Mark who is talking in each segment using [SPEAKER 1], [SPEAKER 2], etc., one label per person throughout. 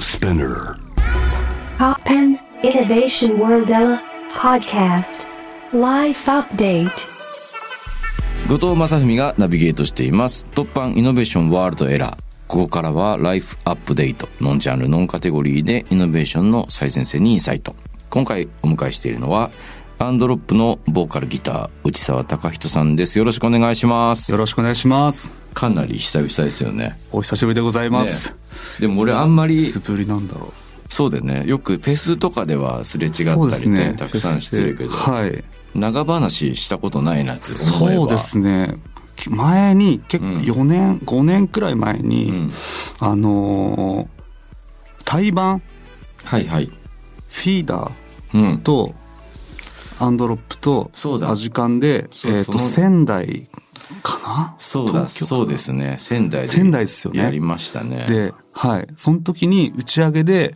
[SPEAKER 1] Spinner.
[SPEAKER 2] Hopin Innovation World Podcast Life Update
[SPEAKER 3] 後藤正文がナビゲートしています。突版イノベーションワールドエラー。ここからはライフアップデート、ノンジャンル、ノンカテゴリーでイノベーションの最前線にインサイト。今回お迎えしているのは、アンドロップのボーカルギター、内沢隆人さんです。よろしくお願いします
[SPEAKER 4] よ。ろしくお願いします。
[SPEAKER 3] かなり久々ですよね。
[SPEAKER 4] お久しぶりでございます。
[SPEAKER 3] ねでも俺あんまり
[SPEAKER 4] い、つぶりなんだろう。
[SPEAKER 3] そうだよね。よくフェスとかではすれ違った
[SPEAKER 4] そうで
[SPEAKER 3] り
[SPEAKER 4] す
[SPEAKER 3] ね、
[SPEAKER 4] ね。
[SPEAKER 3] たくさんしてるけど、
[SPEAKER 4] はい。
[SPEAKER 3] 長話したことないなって思えば。
[SPEAKER 4] そうですね。き前に結構4年、5年くらい前に、
[SPEAKER 3] うん
[SPEAKER 4] あのー、対バン
[SPEAKER 3] はいはい。
[SPEAKER 4] フィーダ
[SPEAKER 3] うん
[SPEAKER 4] ー。とアンドロップと
[SPEAKER 3] そうだ
[SPEAKER 4] アジカンで、えっ、
[SPEAKER 3] そうそ
[SPEAKER 4] と
[SPEAKER 3] の
[SPEAKER 4] 仙台かな
[SPEAKER 3] そうだ、
[SPEAKER 4] 東京
[SPEAKER 3] そうですね。仙台で。
[SPEAKER 4] 仙台ですよね
[SPEAKER 3] やりましたね。
[SPEAKER 4] で、はい。その時に打ち上げで、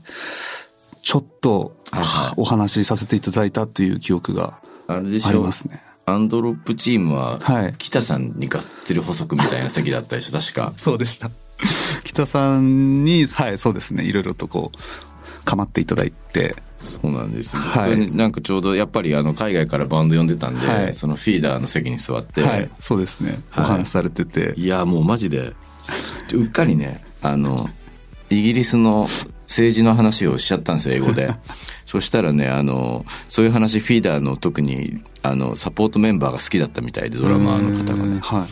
[SPEAKER 4] ちょっと、
[SPEAKER 3] はいはい
[SPEAKER 4] お話しさせていただいたという記憶が
[SPEAKER 3] あれで
[SPEAKER 4] あ
[SPEAKER 3] し
[SPEAKER 4] り
[SPEAKER 3] ょ
[SPEAKER 4] ますね。
[SPEAKER 3] アンドロップチームは、
[SPEAKER 4] はい
[SPEAKER 3] 北さんにがっつり補足みたいな席だったでしょ、確か。
[SPEAKER 4] そうでした。北さんに、はい、そうですね。いろいろとこう、かまっていただいて、
[SPEAKER 3] そうなんです、
[SPEAKER 4] はい
[SPEAKER 3] 僕ねなんかちょうどやっぱりあの海外からバンド呼んでたんで、
[SPEAKER 4] はい
[SPEAKER 3] そのフィーダーの席に座って、
[SPEAKER 4] はいい、、そうですね。
[SPEAKER 3] はい
[SPEAKER 4] お話しされてて、
[SPEAKER 3] や、もうマジで、うっかりね、あの、イギリスの政治の話をしちゃったんですよ、英 語で。そしたらね、あの、そういう話、フィーダーの特に、あの、サポートメンバーが好きだったみたいで、ドラマーの方がね
[SPEAKER 4] えー。はい。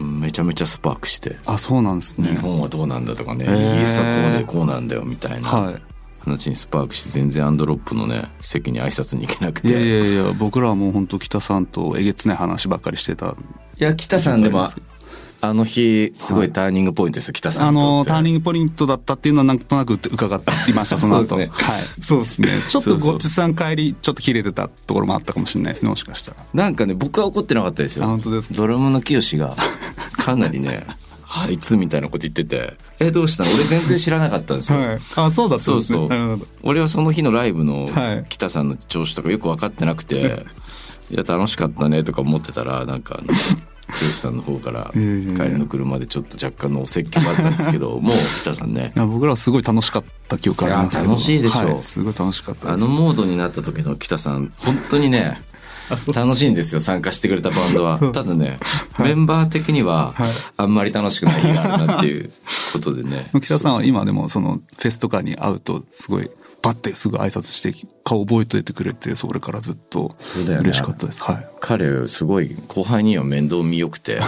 [SPEAKER 3] めちゃめちゃスパークして
[SPEAKER 4] あ、そうなんですね
[SPEAKER 3] 日。本はどうなんだとかね、
[SPEAKER 4] へー
[SPEAKER 3] イギリスはこうでこうなんだよみたいな
[SPEAKER 4] は
[SPEAKER 3] 話にスパークして全然アンドロップのね席に挨拶に行けなく
[SPEAKER 4] い。
[SPEAKER 3] て
[SPEAKER 4] いやいやいや、僕らはもう本当北さんとえげつない話ばっかりしてた。
[SPEAKER 3] いや北さんでも あの日すごいターニングポイントですよ北さ
[SPEAKER 4] あ
[SPEAKER 3] んにと
[SPEAKER 4] の
[SPEAKER 3] って
[SPEAKER 4] ターニングポイントだったっていうのはなんとなく伺っていましたその
[SPEAKER 3] そ
[SPEAKER 4] 後
[SPEAKER 3] うですね
[SPEAKER 4] はいそうですねちょっ
[SPEAKER 3] そ
[SPEAKER 4] と
[SPEAKER 3] うそう
[SPEAKER 4] ごっちさん帰りちょっと切れてたところもあったかもしれないですねもしかしたら
[SPEAKER 3] なんかね僕は怒ってなかったですよ
[SPEAKER 4] あ本当ですか
[SPEAKER 3] ドラムの清がかなりねあいつみたいなこと言っててえどうしたの俺全然知らなかったんですよ、
[SPEAKER 4] はいあそうだったん
[SPEAKER 3] そう
[SPEAKER 4] ですね
[SPEAKER 3] そう
[SPEAKER 4] なるほど。
[SPEAKER 3] 俺はその日のライブの
[SPEAKER 4] はい
[SPEAKER 3] 北さんの調子とかよく分かってなくて、い、や楽しかったねとか思ってたらなん かあの清さんの方から帰
[SPEAKER 4] いやいやいや
[SPEAKER 3] りの車でちょっと若干のお説教があったんですけどもう北さんね
[SPEAKER 4] いや僕らはすごい楽しかった記憶ありますけ
[SPEAKER 3] い
[SPEAKER 4] ど
[SPEAKER 3] や楽しいでしょ
[SPEAKER 4] はすごい楽しかった
[SPEAKER 3] あ
[SPEAKER 4] です
[SPEAKER 3] のモードになった時の北さん本当にね楽しいんですよ参加してくれたバンドはただね、メンバー的にはあんまり楽しくない日があるなっていうことで ね
[SPEAKER 4] 北さんは今でもそのフェスとかに会うとすごいパッてすぐ挨拶して顔覚えててくれてそれからずっと
[SPEAKER 3] うだよね
[SPEAKER 4] 嬉しかったです、はい
[SPEAKER 3] 彼すごい後輩には面倒見よく て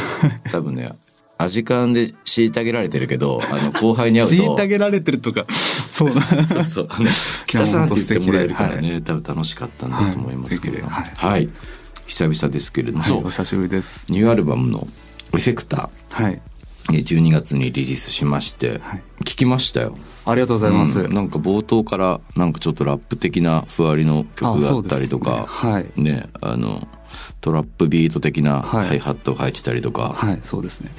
[SPEAKER 3] 多分ねアジカンで虐げられてるけどあの後輩に会うと
[SPEAKER 4] 虐げられてるとかそうな
[SPEAKER 3] そうそうあの北さんって言ってもらえるから
[SPEAKER 4] い
[SPEAKER 3] ね、多分楽しかったんだと思いますけど、
[SPEAKER 4] はい素敵で
[SPEAKER 3] はい久々ですけれども、
[SPEAKER 4] そ
[SPEAKER 3] そうう
[SPEAKER 4] お久しぶりです
[SPEAKER 3] ニューアルバムの「エフェクタ
[SPEAKER 4] はい
[SPEAKER 3] ー」え12月にリリースしまして、
[SPEAKER 4] はい
[SPEAKER 3] 聞きましたよ
[SPEAKER 4] ありがとうございます、
[SPEAKER 3] うんなんか冒頭からなんかちょっとラップ的なふわりの曲があったりとか
[SPEAKER 4] あそうです
[SPEAKER 3] ねあのトラップビート的な
[SPEAKER 4] はい
[SPEAKER 3] ハイハットが入ってたりとか、
[SPEAKER 4] はいそうですね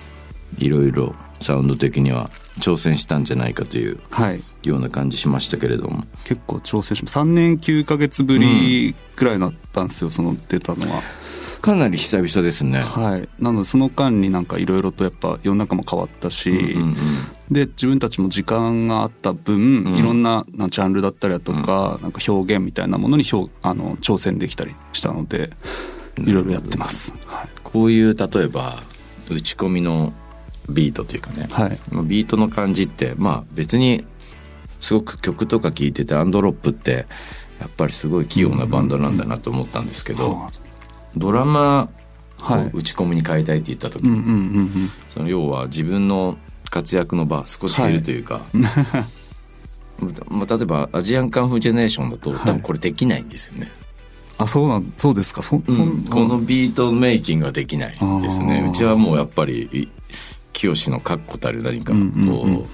[SPEAKER 3] いろいろサウンド的には挑戦したんじゃないかという
[SPEAKER 4] はい
[SPEAKER 3] ような感じしましたけれども
[SPEAKER 4] 結構調整し3年9ヶ月ぶりくらいになったんですよ、その出たのは
[SPEAKER 3] かなり久々ですね。
[SPEAKER 4] はいなのでその間になんかいろいろとやっぱ世の中も変わったし、
[SPEAKER 3] うんうん
[SPEAKER 4] で自分たちも時間があった分、いろんななジャンルだったりだとか,、なんか表現みたいなものに表あの挑戦できたりしたのでいろいろやってます、はい
[SPEAKER 3] こういう例えば打ち込みのビートというかね、
[SPEAKER 4] はい
[SPEAKER 3] まあビートの感じってまあ別にすごく曲とか聴いててアンドロップってやっぱりすごい器用なバンドなんだなと思ったんですけど、ドラマを
[SPEAKER 4] はい
[SPEAKER 3] 打ち込みに変えたいって言った時、
[SPEAKER 4] うんうんうんうん
[SPEAKER 3] その要は自分の活躍の場少し減るというか、まあ、例えばアジアンカンフージェネレーションだと、多分これできないんですよね、
[SPEAKER 4] あそうなんそうですかそ,、ん、そん
[SPEAKER 3] このビートメイキングができないですね
[SPEAKER 4] あー
[SPEAKER 3] うちはもうやっぱりい清の確固たる何かこう,、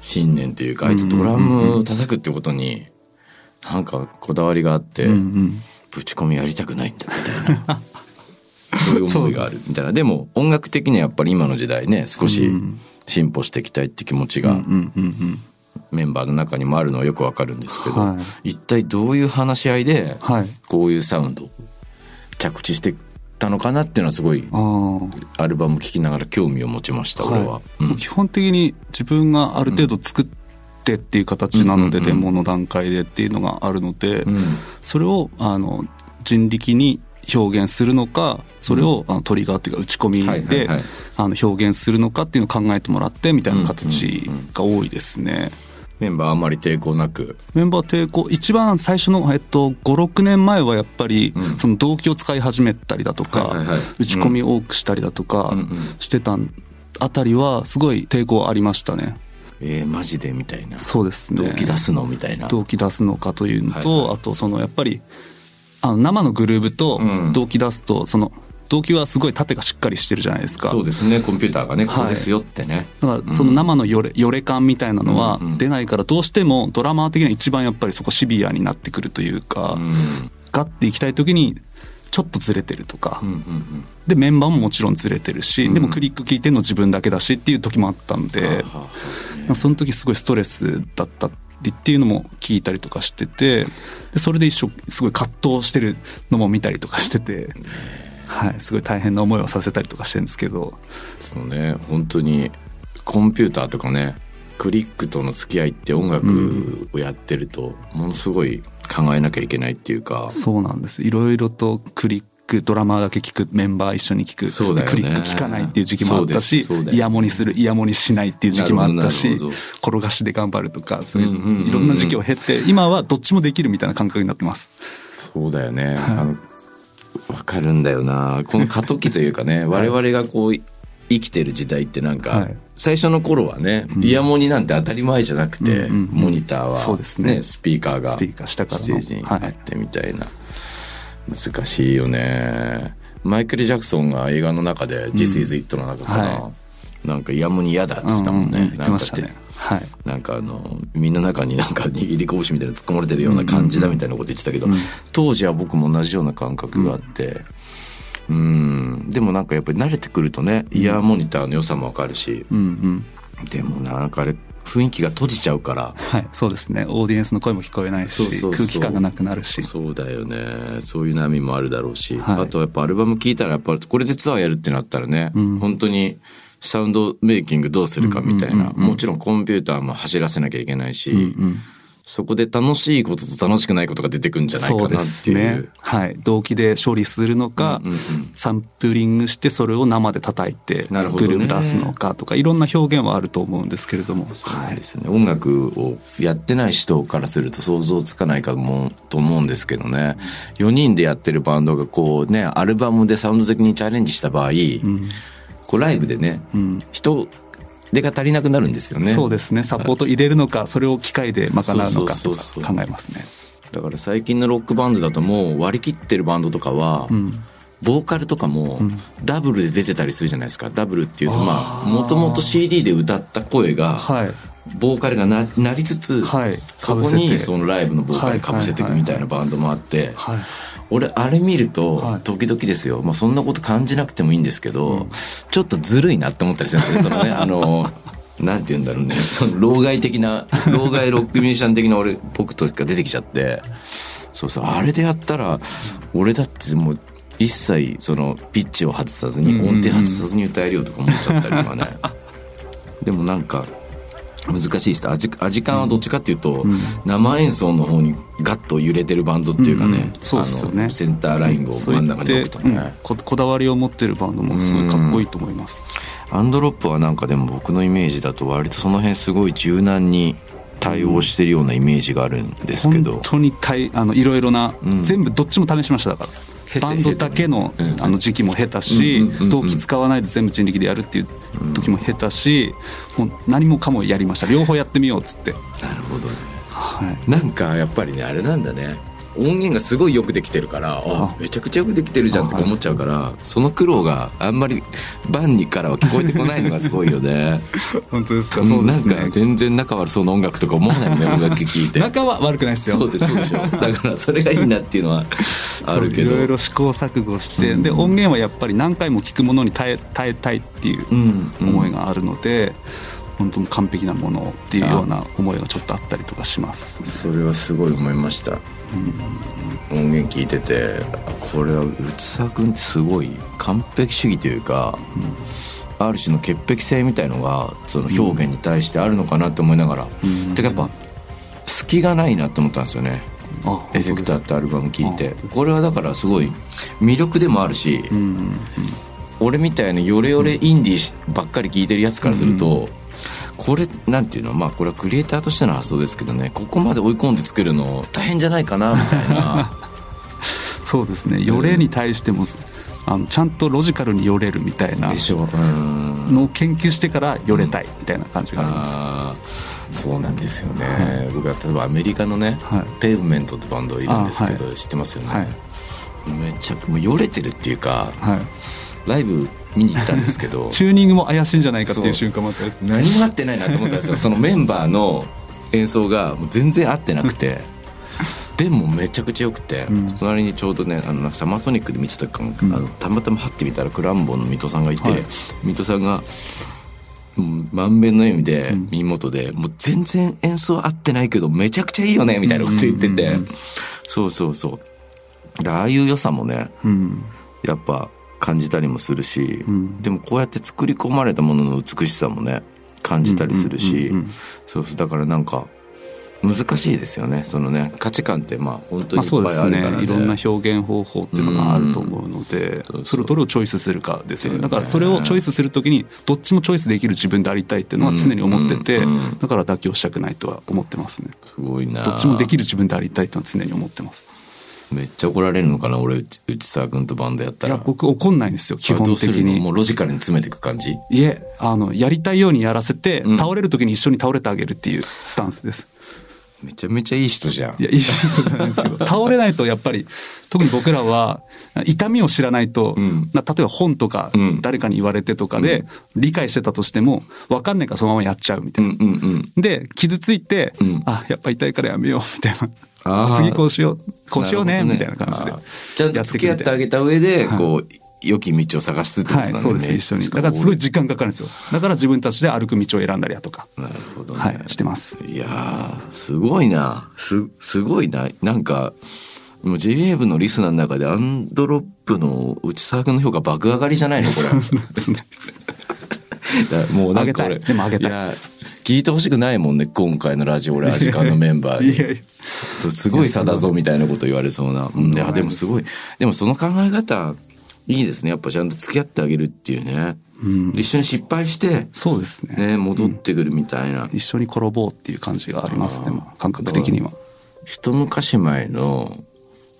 [SPEAKER 3] 信念というかあいつドラムを叩くってことになんかこだわりがあって、
[SPEAKER 4] うんうん
[SPEAKER 3] ぶち込みやりたくないんだみたいな そういう思いがあるみたいなでも音楽的にはやっぱり今の時代ね少し進歩していきたいって気持ちが
[SPEAKER 4] うんうんうん
[SPEAKER 3] メンバーの中にもあるのはよくわかるんですけど、
[SPEAKER 4] は
[SPEAKER 3] 一体どういう話し合いで
[SPEAKER 4] はい
[SPEAKER 3] こういうサウンドを着地してたのかなっていうのはすごい
[SPEAKER 4] ああ
[SPEAKER 3] アルバム聴きながら興味を持ちました俺は。
[SPEAKER 4] い基本的に自分がある程度作ってってっていう形なので、デモの段階でっていうのがあるので、それをあの人力に表現するのかそれをあのトリガーっていうか打ち込み
[SPEAKER 3] はい
[SPEAKER 4] で
[SPEAKER 3] はいはい
[SPEAKER 4] あの表現するのかっていうのを考えてもらってみたいな形が多いですね。
[SPEAKER 3] メンバーあんまり抵抗なく
[SPEAKER 4] メンバー抵抗一番最初の、えっと、56年前はやっぱり、その動機を使い始めたりだとか、
[SPEAKER 3] はいはいはい
[SPEAKER 4] 打ち込みを多くしたりだとか
[SPEAKER 3] んうん
[SPEAKER 4] してたあたりはすごい抵抗ありましたね。
[SPEAKER 3] えー、マジでみたいな
[SPEAKER 4] そうですね
[SPEAKER 3] 動機出すのみたいな
[SPEAKER 4] 動機出すのかというのと、
[SPEAKER 3] はいはい
[SPEAKER 4] あとそのやっぱりあの生のグルーブと
[SPEAKER 3] うん
[SPEAKER 4] 動機出すと、その動機はすごい縦がしっかりしてるじゃないですか。
[SPEAKER 3] そうですねコンピューターがねこ
[SPEAKER 4] はい
[SPEAKER 3] こですよってね、
[SPEAKER 4] だからその生のよれよれ感みたいなのは
[SPEAKER 3] うんうん
[SPEAKER 4] 出ないからどうしてもドラマー的には一番やっぱりそこシビアになってくるというか、
[SPEAKER 3] うん
[SPEAKER 4] ガッていきたい時にちょっとずれてるとか、
[SPEAKER 3] うんうん
[SPEAKER 4] でメンバーももちろんずれてるし、
[SPEAKER 3] うん
[SPEAKER 4] でもクリック聞いてんの自分だけだしっていう時もあったんで、
[SPEAKER 3] うんは
[SPEAKER 4] その時すごいストレスだったりっていうのも聞いたりとかしててでそれで一生すごい葛藤してるのも見たりとかしてて、はい、すごい大変な思いをさせたりとかしてるんですけど
[SPEAKER 3] そのね本当にコンピューターとかねクリックとの付き合いって音楽をやってると、ものすごい考えなきゃいけないっていうか
[SPEAKER 4] そうなんですいろいろとクリックドラマーだけ聞くメンバー一緒に聞く
[SPEAKER 3] そうだよね
[SPEAKER 4] クリック聞かないっていう時期もあったし、
[SPEAKER 3] そうですそうだよね
[SPEAKER 4] イヤモにするイヤモにしないっていう時期もあった
[SPEAKER 3] な
[SPEAKER 4] し
[SPEAKER 3] るほどなる
[SPEAKER 4] 転がしで頑張るとかそう
[SPEAKER 3] うんうんうんうん
[SPEAKER 4] いういろんな時期を経て今はどっちもできるみたいな感覚になってます。
[SPEAKER 3] そうだよね、あのわかるんだよなこの過渡期というか ね、我々がこう生きてる時代ってなんか、
[SPEAKER 4] はい
[SPEAKER 3] 最初の頃はね、イヤモニなんて当たり前じゃなくて、
[SPEAKER 4] うんうん
[SPEAKER 3] モニターは、
[SPEAKER 4] そうですね
[SPEAKER 3] スピーカーが
[SPEAKER 4] スピーカー下からの
[SPEAKER 3] ステージにあってみたいな、難しいよねマイケル・ジャクソンが映画の中で「This is It」の中かな、
[SPEAKER 4] は
[SPEAKER 3] なんかイヤモニ嫌だって言ってたもんね、
[SPEAKER 4] うう言ってました
[SPEAKER 3] なん
[SPEAKER 4] ね
[SPEAKER 3] かって。
[SPEAKER 4] はい
[SPEAKER 3] なんかあのみんな中になんか握り拳みたいなの突っ込まれてるような感じだみたいなこと言ってたけど、当時は僕も同じような感覚があってうんでもなんかやっぱり慣れてくるとねイヤーモニターの良さもわかるし、
[SPEAKER 4] うんうん
[SPEAKER 3] でもなんかあれ雰囲気が閉じちゃうから
[SPEAKER 4] はい、そうですねオーディエンスの声も聞こえないし
[SPEAKER 3] そうそうそう
[SPEAKER 4] 空気感がなくなるし
[SPEAKER 3] そうだよねそういう波もあるだろうし、
[SPEAKER 4] はい
[SPEAKER 3] あとはやっぱアルバム聴いたらやっぱこれでツアーやるってなったらね、本当にサウンドメイキングどうするかみたいな、もちろんコンピューターも走らせなきゃいけないし、そこで楽しいことと楽しくないことが出てくんじゃない
[SPEAKER 4] そ
[SPEAKER 3] か
[SPEAKER 4] うで
[SPEAKER 3] なって
[SPEAKER 4] す
[SPEAKER 3] いう
[SPEAKER 4] ね、はい、動機で処理するのか、サンプリングしてそれを生で叩いて
[SPEAKER 3] なるほどね
[SPEAKER 4] グループ出すのかとかいろんな表現はあると思うんですけれども、
[SPEAKER 3] そう
[SPEAKER 4] は
[SPEAKER 3] なん
[SPEAKER 4] い
[SPEAKER 3] ですね音楽をやってない人からすると想像つかないかもと思うんですけどね4人でやってるバンドがこうねアルバムでサウンド的にチャレンジした場合、こうライブでね、人手が足りなくなるんですよね
[SPEAKER 4] そうですねサポート入れるのかそれを機械で賄うのか
[SPEAKER 3] そ
[SPEAKER 4] と
[SPEAKER 3] うそう
[SPEAKER 4] か
[SPEAKER 3] そうそう
[SPEAKER 4] 考えますね。
[SPEAKER 3] だから最近のロックバンドだともう割り切ってるバンドとかは、ボーカルとかもダブルで出てたりするじゃないですかダブルっていうとまあもともと CD で歌った声が、
[SPEAKER 4] はい
[SPEAKER 3] ボーカルがななりつつ、
[SPEAKER 4] はい
[SPEAKER 3] そこ
[SPEAKER 4] 被せ
[SPEAKER 3] に
[SPEAKER 4] て
[SPEAKER 3] そのライブのボーカルかぶせていくみたいなバンドもあって、
[SPEAKER 4] はい
[SPEAKER 3] 俺あれ見る
[SPEAKER 4] は
[SPEAKER 3] と時
[SPEAKER 4] い
[SPEAKER 3] 々ですよ、まあ、そんなこと感じなくてもいいんですけど、ちょっとずるいなって思ったりするんですよねその ねあのなんて言うんだろうねその老害的 な老害ロックミュージシャン的な俺僕とか出てきちゃってそうそうあれでやったら俺だってもう一切そのピッチを外さずに音程外さずに歌えるよとか思っちゃったりとかね。でもなんか難しいですアジアジカンはどっちかっていうと、生演奏の方にガッと揺れてるバンドっていうかね、
[SPEAKER 4] うんうんそうっすよ
[SPEAKER 3] あ
[SPEAKER 4] ね
[SPEAKER 3] のセンターラインを
[SPEAKER 4] そう
[SPEAKER 3] 真ん
[SPEAKER 4] 言
[SPEAKER 3] 中
[SPEAKER 4] っ
[SPEAKER 3] に
[SPEAKER 4] て
[SPEAKER 3] 置くとね、
[SPEAKER 4] うんここだわりを持ってるバンドもすごいかっこいいと思います。
[SPEAKER 3] アンドロップはなんかでも僕のイメージだと割とその辺すごい柔軟に対応してるようなイメージがあるんですけど、
[SPEAKER 4] 本当にたいあのいろいろな、全部どっちも試しましただから
[SPEAKER 3] て
[SPEAKER 4] バンドだけの,、あの時期も下手
[SPEAKER 3] う
[SPEAKER 4] し、
[SPEAKER 3] んうんうんうん
[SPEAKER 4] 動機使わないで全部人力でやるっていう時も下手し、もう何もかもやりました両方やってみようっつって、
[SPEAKER 3] なるほどね
[SPEAKER 4] はい、
[SPEAKER 3] なんかやっぱりねあれなんだね音源がすごいよくできてるからあめちゃくちゃよくできてるじゃんとか思っちゃうからその苦労があんまりバンにからは聞こえてこないのがすごいよ ね。
[SPEAKER 4] 本当ですか
[SPEAKER 3] うんなんか全然仲悪そうな音楽とか思わないもんね音楽聴いて
[SPEAKER 4] 仲は悪くないですよ
[SPEAKER 3] そうでしょそうでしょだからそれがいいなっていうのはあるけど
[SPEAKER 4] いろいろ試行錯誤して、で音源はやっぱり何回も聞くものに耐え耐えたいっていう思いがあるので、本当に完璧なものっていうような思いがちょっとあったりとかします、
[SPEAKER 3] それはすごい思いました、音源聞いててあこれは内沢君ってすごい完璧主義というか、ある種の潔癖性みたいのがその表現に対してあるのかなと思いながら、
[SPEAKER 4] うん
[SPEAKER 3] てかやっぱ隙がないなと思ったんですよね
[SPEAKER 4] あ
[SPEAKER 3] 「エフェクター」ってアルバム聴いて
[SPEAKER 4] あ
[SPEAKER 3] これはだからすごい魅力でもあるし、
[SPEAKER 4] うん
[SPEAKER 3] 俺みたいなヨレヨレインディーばっかり聴いてるやつからすると、これなんていうのまあこれはクリエイターとしての発想ですけどねここまで追い込んで作るの大変じゃないかなみたいな
[SPEAKER 4] そうですねよれに対してもあのちゃんとロジカルによれるみたい な
[SPEAKER 3] でしょううん
[SPEAKER 4] のを研究してからよれたいみたいな感じがあります、
[SPEAKER 3] あーそうなんですよね、僕は例えばアメリカのね、
[SPEAKER 4] はい
[SPEAKER 3] ペーブメントってバンドいるんですけど、
[SPEAKER 4] あは
[SPEAKER 3] 知ってますよね、
[SPEAKER 4] はい
[SPEAKER 3] めちゃくもうよれてるっていうか
[SPEAKER 4] はい、
[SPEAKER 3] ライブ見に行ったんですけど
[SPEAKER 4] チューニングも怪しいんじゃないかって
[SPEAKER 3] そ
[SPEAKER 4] いうう瞬間もあったり
[SPEAKER 3] 何も合ってないなと思ったんですよそのメンバーの演奏がもう全然合ってなくてでもめちゃくちゃ良くて、隣にちょうどねあのなんかサマーソニックで見てたかも、あのたまたま張ってみたらクランボンの水戸さんがいて、
[SPEAKER 4] はい
[SPEAKER 3] 水戸さんが。うん満遍の笑みで耳元で、もう全然演奏合ってないけどめちゃくちゃいいよねみたいなこと言ってて、そうそうそうだああいう良さもね、
[SPEAKER 4] うん
[SPEAKER 3] やっぱ感じたりもするし、でもこうやって作り込まれたものの美しさもね感じたりするしそうそうだからなんか難しいですよねそのね価値観ってまあ本当
[SPEAKER 4] まあ、
[SPEAKER 3] にい
[SPEAKER 4] そう
[SPEAKER 3] っ
[SPEAKER 4] で
[SPEAKER 3] ぱいあ
[SPEAKER 4] す
[SPEAKER 3] る
[SPEAKER 4] ね
[SPEAKER 3] からね。
[SPEAKER 4] いろんな表現方法っていうのがあると思うので
[SPEAKER 3] そう
[SPEAKER 4] それをどれをチョイスするかですよね
[SPEAKER 3] そう
[SPEAKER 4] だ
[SPEAKER 3] ね
[SPEAKER 4] からそれをチョイスするときにどっちもチョイスできる自分でありたいっていうのは常に思ってて
[SPEAKER 3] うんうん
[SPEAKER 4] だから妥協したくないとは思ってますね
[SPEAKER 3] すごいな
[SPEAKER 4] どっちもできる自分でありたいっていうのは常に思ってます
[SPEAKER 3] めっちゃ怒られるのかな俺内内沢君とバンドやった
[SPEAKER 4] い
[SPEAKER 3] ら
[SPEAKER 4] や僕怒んないんですよ基本
[SPEAKER 3] あどうす
[SPEAKER 4] 的
[SPEAKER 3] るの
[SPEAKER 4] に
[SPEAKER 3] もうロジカルに詰めていく感じ
[SPEAKER 4] いえあのやりたいようにやらせて、
[SPEAKER 3] ん
[SPEAKER 4] 倒れる時に一緒に倒れてあげるっていうスタンスです
[SPEAKER 3] めちゃめちゃいい人じゃん
[SPEAKER 4] いやいいことじゃないですけ ど倒れないとやっぱり特に僕らは痛みを知らないと、
[SPEAKER 3] ん
[SPEAKER 4] な例えば本とか、
[SPEAKER 3] うん
[SPEAKER 4] 誰かに言われてとかで、理解してたとしても分かんないからそのままやっちゃうみた
[SPEAKER 3] う
[SPEAKER 4] い
[SPEAKER 3] ん
[SPEAKER 4] な。
[SPEAKER 3] うんうん
[SPEAKER 4] で傷ついて、
[SPEAKER 3] うん
[SPEAKER 4] あやっぱ痛いからやめようみたい
[SPEAKER 3] あ
[SPEAKER 4] な
[SPEAKER 3] ー
[SPEAKER 4] 次こうしようこうしようね
[SPEAKER 3] るほ
[SPEAKER 4] み
[SPEAKER 3] ど
[SPEAKER 4] たいな感じで
[SPEAKER 3] あーちゃんと付き合ってあげた上でこう良き道を探すってこと
[SPEAKER 4] は
[SPEAKER 3] なん
[SPEAKER 4] い
[SPEAKER 3] だね
[SPEAKER 4] そうです一緒にだからすごい時間かかるんですよだから自分たちで歩く道を選んだりだとか、
[SPEAKER 3] なるほどね、
[SPEAKER 4] はいしてます
[SPEAKER 3] いやーすごいなすすごいななんかもう j a ブのリスナーの中でアンドロップの内沢君の評価爆上がりじゃないのこれ いやもうなんか
[SPEAKER 4] 上げたい
[SPEAKER 3] 俺
[SPEAKER 4] でも上げたい
[SPEAKER 3] や聞いてほしくないもんね今回のラジオ俺アジカンのメンバーに
[SPEAKER 4] いやいや
[SPEAKER 3] そうすごい差だぞみたいなこと言われそうなうんいやでもすごいでもその考え方いいですねやっぱちゃんと付き合ってあげるっていうね、
[SPEAKER 4] ん
[SPEAKER 3] で一緒に失敗して
[SPEAKER 4] そうですね
[SPEAKER 3] ね戻ってくるみたいな、
[SPEAKER 4] 一緒に転ぼうっていう感じがありますでも感覚的には
[SPEAKER 3] 一昔前の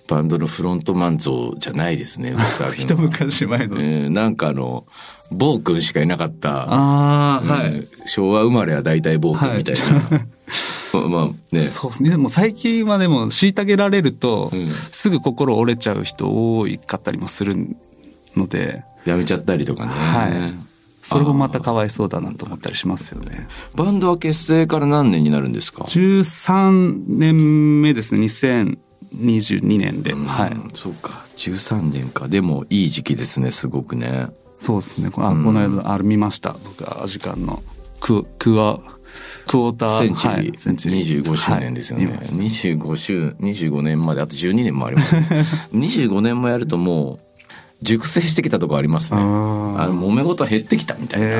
[SPEAKER 3] バンドのフロントマン像じゃないです ね、牛沢君
[SPEAKER 4] 一
[SPEAKER 3] は
[SPEAKER 4] 昔前の、
[SPEAKER 3] うんなんかあの、暴君しかいなかった、
[SPEAKER 4] ああは
[SPEAKER 3] う
[SPEAKER 4] い
[SPEAKER 3] ん、昭和生まれは大体暴君みたいな。 まあまあね。
[SPEAKER 4] そうですねでも最近はでも虐げられると、
[SPEAKER 3] うん
[SPEAKER 4] すぐ心折れちゃう人多いかったりもするので、
[SPEAKER 3] やめちゃったりとかね。
[SPEAKER 4] はいそれもまたかわいそうだなと思ったりしますよね
[SPEAKER 3] バンドは結成から何年になるんですか
[SPEAKER 4] 13年目ですね2022年で、はい
[SPEAKER 3] うんそうか。13年か。でもいい時期ですね、すごくね。
[SPEAKER 4] そうですねこあこの間あ見ました僕はアジカンのククワクォーター
[SPEAKER 3] センチュ
[SPEAKER 4] は
[SPEAKER 3] リ
[SPEAKER 4] い
[SPEAKER 3] ー、
[SPEAKER 4] センチュリー
[SPEAKER 3] 25周年ですよね、
[SPEAKER 4] はい見ました
[SPEAKER 3] 25周25年まであと12年もあり ますね25年もやるともう熟成してきたとこありますね
[SPEAKER 4] あー
[SPEAKER 3] あの揉め事減ってきたみたいな、
[SPEAKER 4] へ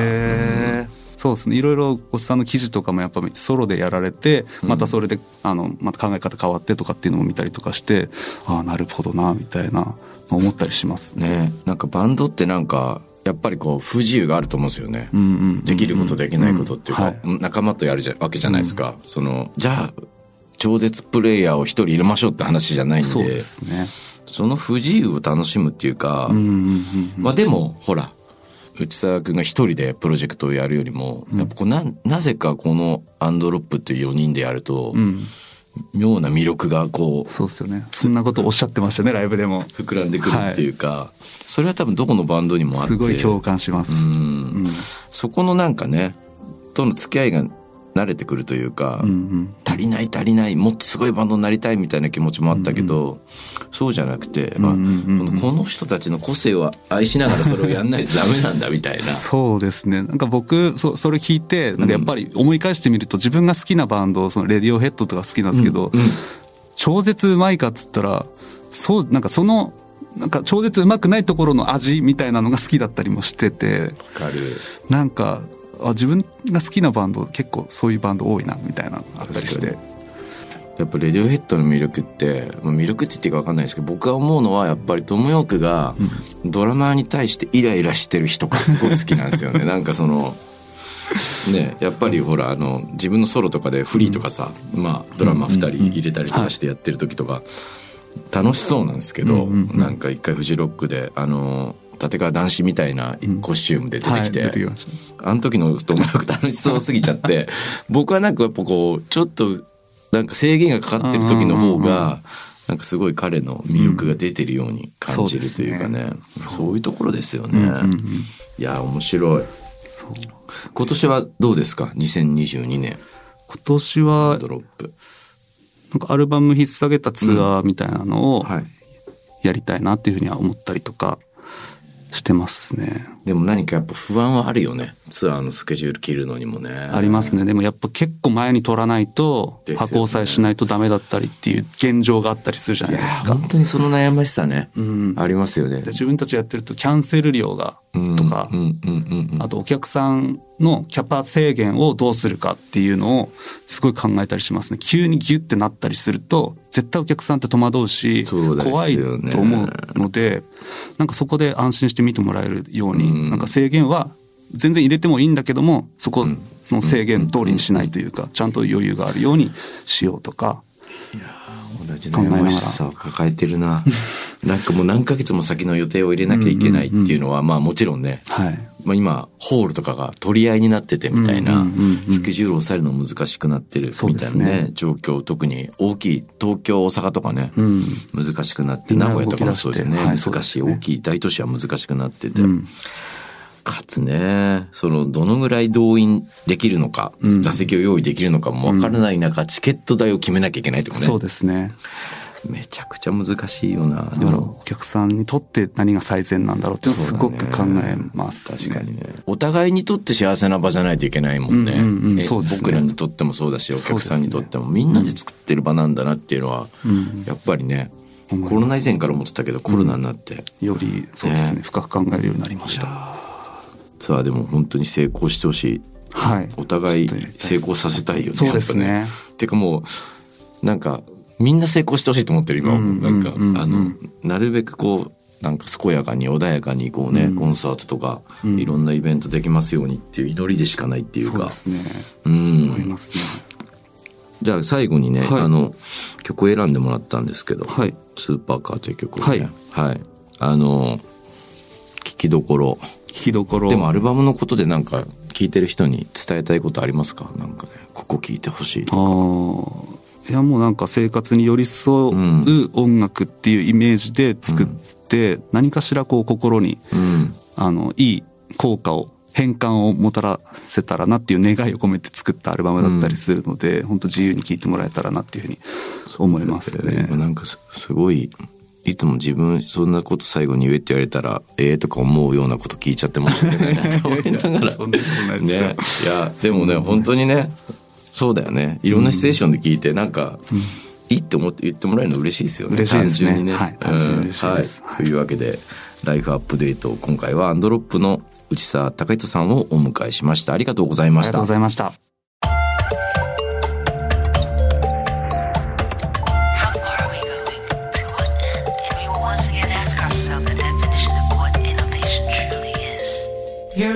[SPEAKER 4] えそうですねいろいろごちさんの記事とかもやっぱソロでやられてまたそれで、あのまた考え方変わってとかっていうのも見たりとかしてああなるほどなみたいな思ったりしますね。
[SPEAKER 3] ねなんかバンドってなんかやっぱりこう不自由があると思うんですよね、できることできないことっていうか、
[SPEAKER 4] う
[SPEAKER 3] 仲間とやるじゃわけじゃないですか、そのじゃあ超絶プレイヤーを一人入れましょうって話じゃないんで
[SPEAKER 4] そうですね。
[SPEAKER 3] その不自由を楽しむっていうか、
[SPEAKER 4] うんうんうん
[SPEAKER 3] まあでもほら内沢君が一人でプロジェクトをやるよりも、やっぱこうななぜかこのアンドロップっていう4人でやると、妙な魅力がこう
[SPEAKER 4] そうですよね。そんなことおっしゃってましたねライブでも。
[SPEAKER 3] 膨らんでくるっていうか、それは多分どこのバンドにもあって
[SPEAKER 4] すごい共感します。
[SPEAKER 3] うんそこのなんかねとの付き合いが慣れてくるというか、
[SPEAKER 4] うん
[SPEAKER 3] 足りない足りないもっとすごいバンドになりたいみたいな気持ちもあったけど、そうじゃなくて、あこのこの人たちの個性を愛しながらそれをやんないとダメなんだみ たいな。
[SPEAKER 4] そうですねなんか僕そそれ聞いてなんかやっぱり思い返してみると自分が好きなバンドそのレディオヘッドとか好きなんですけど、超絶うまいかっつったらそうなんかそのなんか超絶うまくないところの味みたいなのが好きだったりもしてて
[SPEAKER 3] かる
[SPEAKER 4] なんかあ自分が好きなバンド結構そういうバンド多いなみたいなのあったりして
[SPEAKER 3] 確やっぱレディオヘッドの魅力ってまあ魅力って言っていいか分かんないですけど僕が思うのはやっぱりトム・ヨークがドラマーに対してイライラしてる人がすごい好きなんです よねなんかそのねやっぱりほらあの自分のソロとかでフリーとかさ、まあ、ドラマ2人入れたりとかしてやってる時とか楽しそうなんですけど、
[SPEAKER 4] うんうんうん
[SPEAKER 3] なんか一回フジロックであの立川談志みたいなコスチュームで出てきて、
[SPEAKER 4] はい、出てきまし
[SPEAKER 3] あの時のともなく楽しそうすぎちゃって 僕はなんかやっぱこうちょっとなんか制限がかかってる時の方
[SPEAKER 4] うんうんうん
[SPEAKER 3] がなんかすごい彼の魅力が出てるように感じるというかね,、そういうところですよね。いや面白い
[SPEAKER 4] たそう今
[SPEAKER 3] 今年はどうですか2022年
[SPEAKER 4] 年は
[SPEAKER 3] ドロップ。
[SPEAKER 4] なんかアルバム引っ提げたツアーみたいなのを
[SPEAKER 3] はい
[SPEAKER 4] やりたいなっていうふうには思ったりとかしてますね。
[SPEAKER 3] でも何かやっぱ不安はあるよねツアーのスケジュール切るのにもね。あ
[SPEAKER 4] ありますね。でもやっぱ結構前に取らないと
[SPEAKER 3] ですよね
[SPEAKER 4] 箱押さえしないとダメだったりっていう現状があったりするじゃ
[SPEAKER 3] い
[SPEAKER 4] ない
[SPEAKER 3] や
[SPEAKER 4] ですか。
[SPEAKER 3] 本当にその悩ましさね、ありますよね
[SPEAKER 4] で。自分たちがやってるとキャンセル料が
[SPEAKER 3] うん
[SPEAKER 4] とか
[SPEAKER 3] う、んうんうんうん
[SPEAKER 4] あとお客さんのキャパ制限をどうするかっていうのをすごい考えたりしますね。急にギュってなったりすると絶対お客さんって戸惑うし
[SPEAKER 3] そうですよね
[SPEAKER 4] 怖いと思うのでなんかそこで安心して見てもらえるように、
[SPEAKER 3] うん
[SPEAKER 4] なんか制限は全然入れてもいいんだけどもそこの制限通りにしないというか、ちゃんと余裕があるようにしようとか
[SPEAKER 3] 同じ悩ましさを抱えてる ななんかもう何ヶ月も先の予定を入れなきゃいけないっていうのは、まあもちろんね、
[SPEAKER 4] はい
[SPEAKER 3] まあ、今ホールとかが取り合いになっててみたいな、
[SPEAKER 4] うんうんうんうん
[SPEAKER 3] スケジュールを抑えるの難しくなってる
[SPEAKER 4] そう
[SPEAKER 3] み
[SPEAKER 4] で
[SPEAKER 3] たい
[SPEAKER 4] す
[SPEAKER 3] な
[SPEAKER 4] ね
[SPEAKER 3] ね状況特に大きい東京大阪とかね、
[SPEAKER 4] ん
[SPEAKER 3] 難しくなって
[SPEAKER 4] みん
[SPEAKER 3] 名
[SPEAKER 4] な
[SPEAKER 3] 古屋とかもそうですね、
[SPEAKER 4] 動き出してはい
[SPEAKER 3] 難しい、
[SPEAKER 4] そうですね
[SPEAKER 3] 大きい大都市は難しくなってて、
[SPEAKER 4] うん
[SPEAKER 3] かつねそのどのぐらい動員できるのか、座席を用意できるのかも分からない中、チケット代を決めなきゃいけないとかね
[SPEAKER 4] そうですね
[SPEAKER 3] めちゃくちゃ難しいよなで
[SPEAKER 4] だから
[SPEAKER 3] も
[SPEAKER 4] お客さんにとって何が最善なんだろうっていうのをすごく考えます、
[SPEAKER 3] 確かにねお互いにとって幸せな場じゃないといけないもんね,え、
[SPEAKER 4] うんうんうんそうですね
[SPEAKER 3] 僕らにとってもそうだしお客さんにとっても、みんなで作ってる場なんだなっていうのは、やっぱりね
[SPEAKER 4] 思います
[SPEAKER 3] コロナ以前から思ってたけどコロナになって、
[SPEAKER 4] よりそうですね
[SPEAKER 3] ね
[SPEAKER 4] 深く考えるようになりました
[SPEAKER 3] ツアーでも本当に成功してほしい
[SPEAKER 4] はい
[SPEAKER 3] お互い
[SPEAKER 4] ちょっとやりた
[SPEAKER 3] 成功させたいよね
[SPEAKER 4] そうですね
[SPEAKER 3] やっぱてかもうなんかみんな成功してほしいと思ってる今はもう、
[SPEAKER 4] うんうん
[SPEAKER 3] なんか、
[SPEAKER 4] うん
[SPEAKER 3] あのなるべくこうなんか健やかに穏やかにこうね、コンサートとか、いろんなイベントできますようにっていう祈りでしかないっていう
[SPEAKER 4] そう
[SPEAKER 3] か
[SPEAKER 4] ですね
[SPEAKER 3] うん
[SPEAKER 4] 思いますね
[SPEAKER 3] じゃあ最後にね、
[SPEAKER 4] はい
[SPEAKER 3] あの曲を選んでもらったんですけど「
[SPEAKER 4] はい
[SPEAKER 3] スーパーカー」という曲をねはい、あの聞きどころ
[SPEAKER 4] 聞きどころ
[SPEAKER 3] でもアルバムのことでなんか聞いてる人に伝えたいことありますかなんかねここ聞いてほしいと
[SPEAKER 4] あーいやもうなんか生活に寄り添う音楽っていうイメージで作って、何かしらこう心に
[SPEAKER 3] うん
[SPEAKER 4] あのいい効果を変換をもたらせたらなっていう願いを込めて作ったアルバムだったりするので、本当自由に聴いてもらえたらなっていうふうに思いますね。
[SPEAKER 3] なんかすすごいいつも自分そんなこと最後に言えって言われたらええとか思うようなこと聞いちゃって申し訳ないなと思いながら
[SPEAKER 4] そんなこと ないですよ
[SPEAKER 3] ねいやでもね本当にねそうだよねいろんなシチュエーションで聞いてなんか、いいって思って言ってもらえるの嬉しいですよね
[SPEAKER 4] 嬉しいですね
[SPEAKER 3] 単純にね、
[SPEAKER 4] はい単純に嬉しいです
[SPEAKER 3] うんはいというわけで「ライフアップデート」今回はアンドロップの内沢隆人さんをお迎えしましたありがとうござい
[SPEAKER 4] あ
[SPEAKER 3] ま
[SPEAKER 4] り
[SPEAKER 3] し
[SPEAKER 4] が
[SPEAKER 3] た
[SPEAKER 4] とうございました。
[SPEAKER 1] How far are we going? To what end? And we will once again ask ourselves the definition of what innovation truly is. You're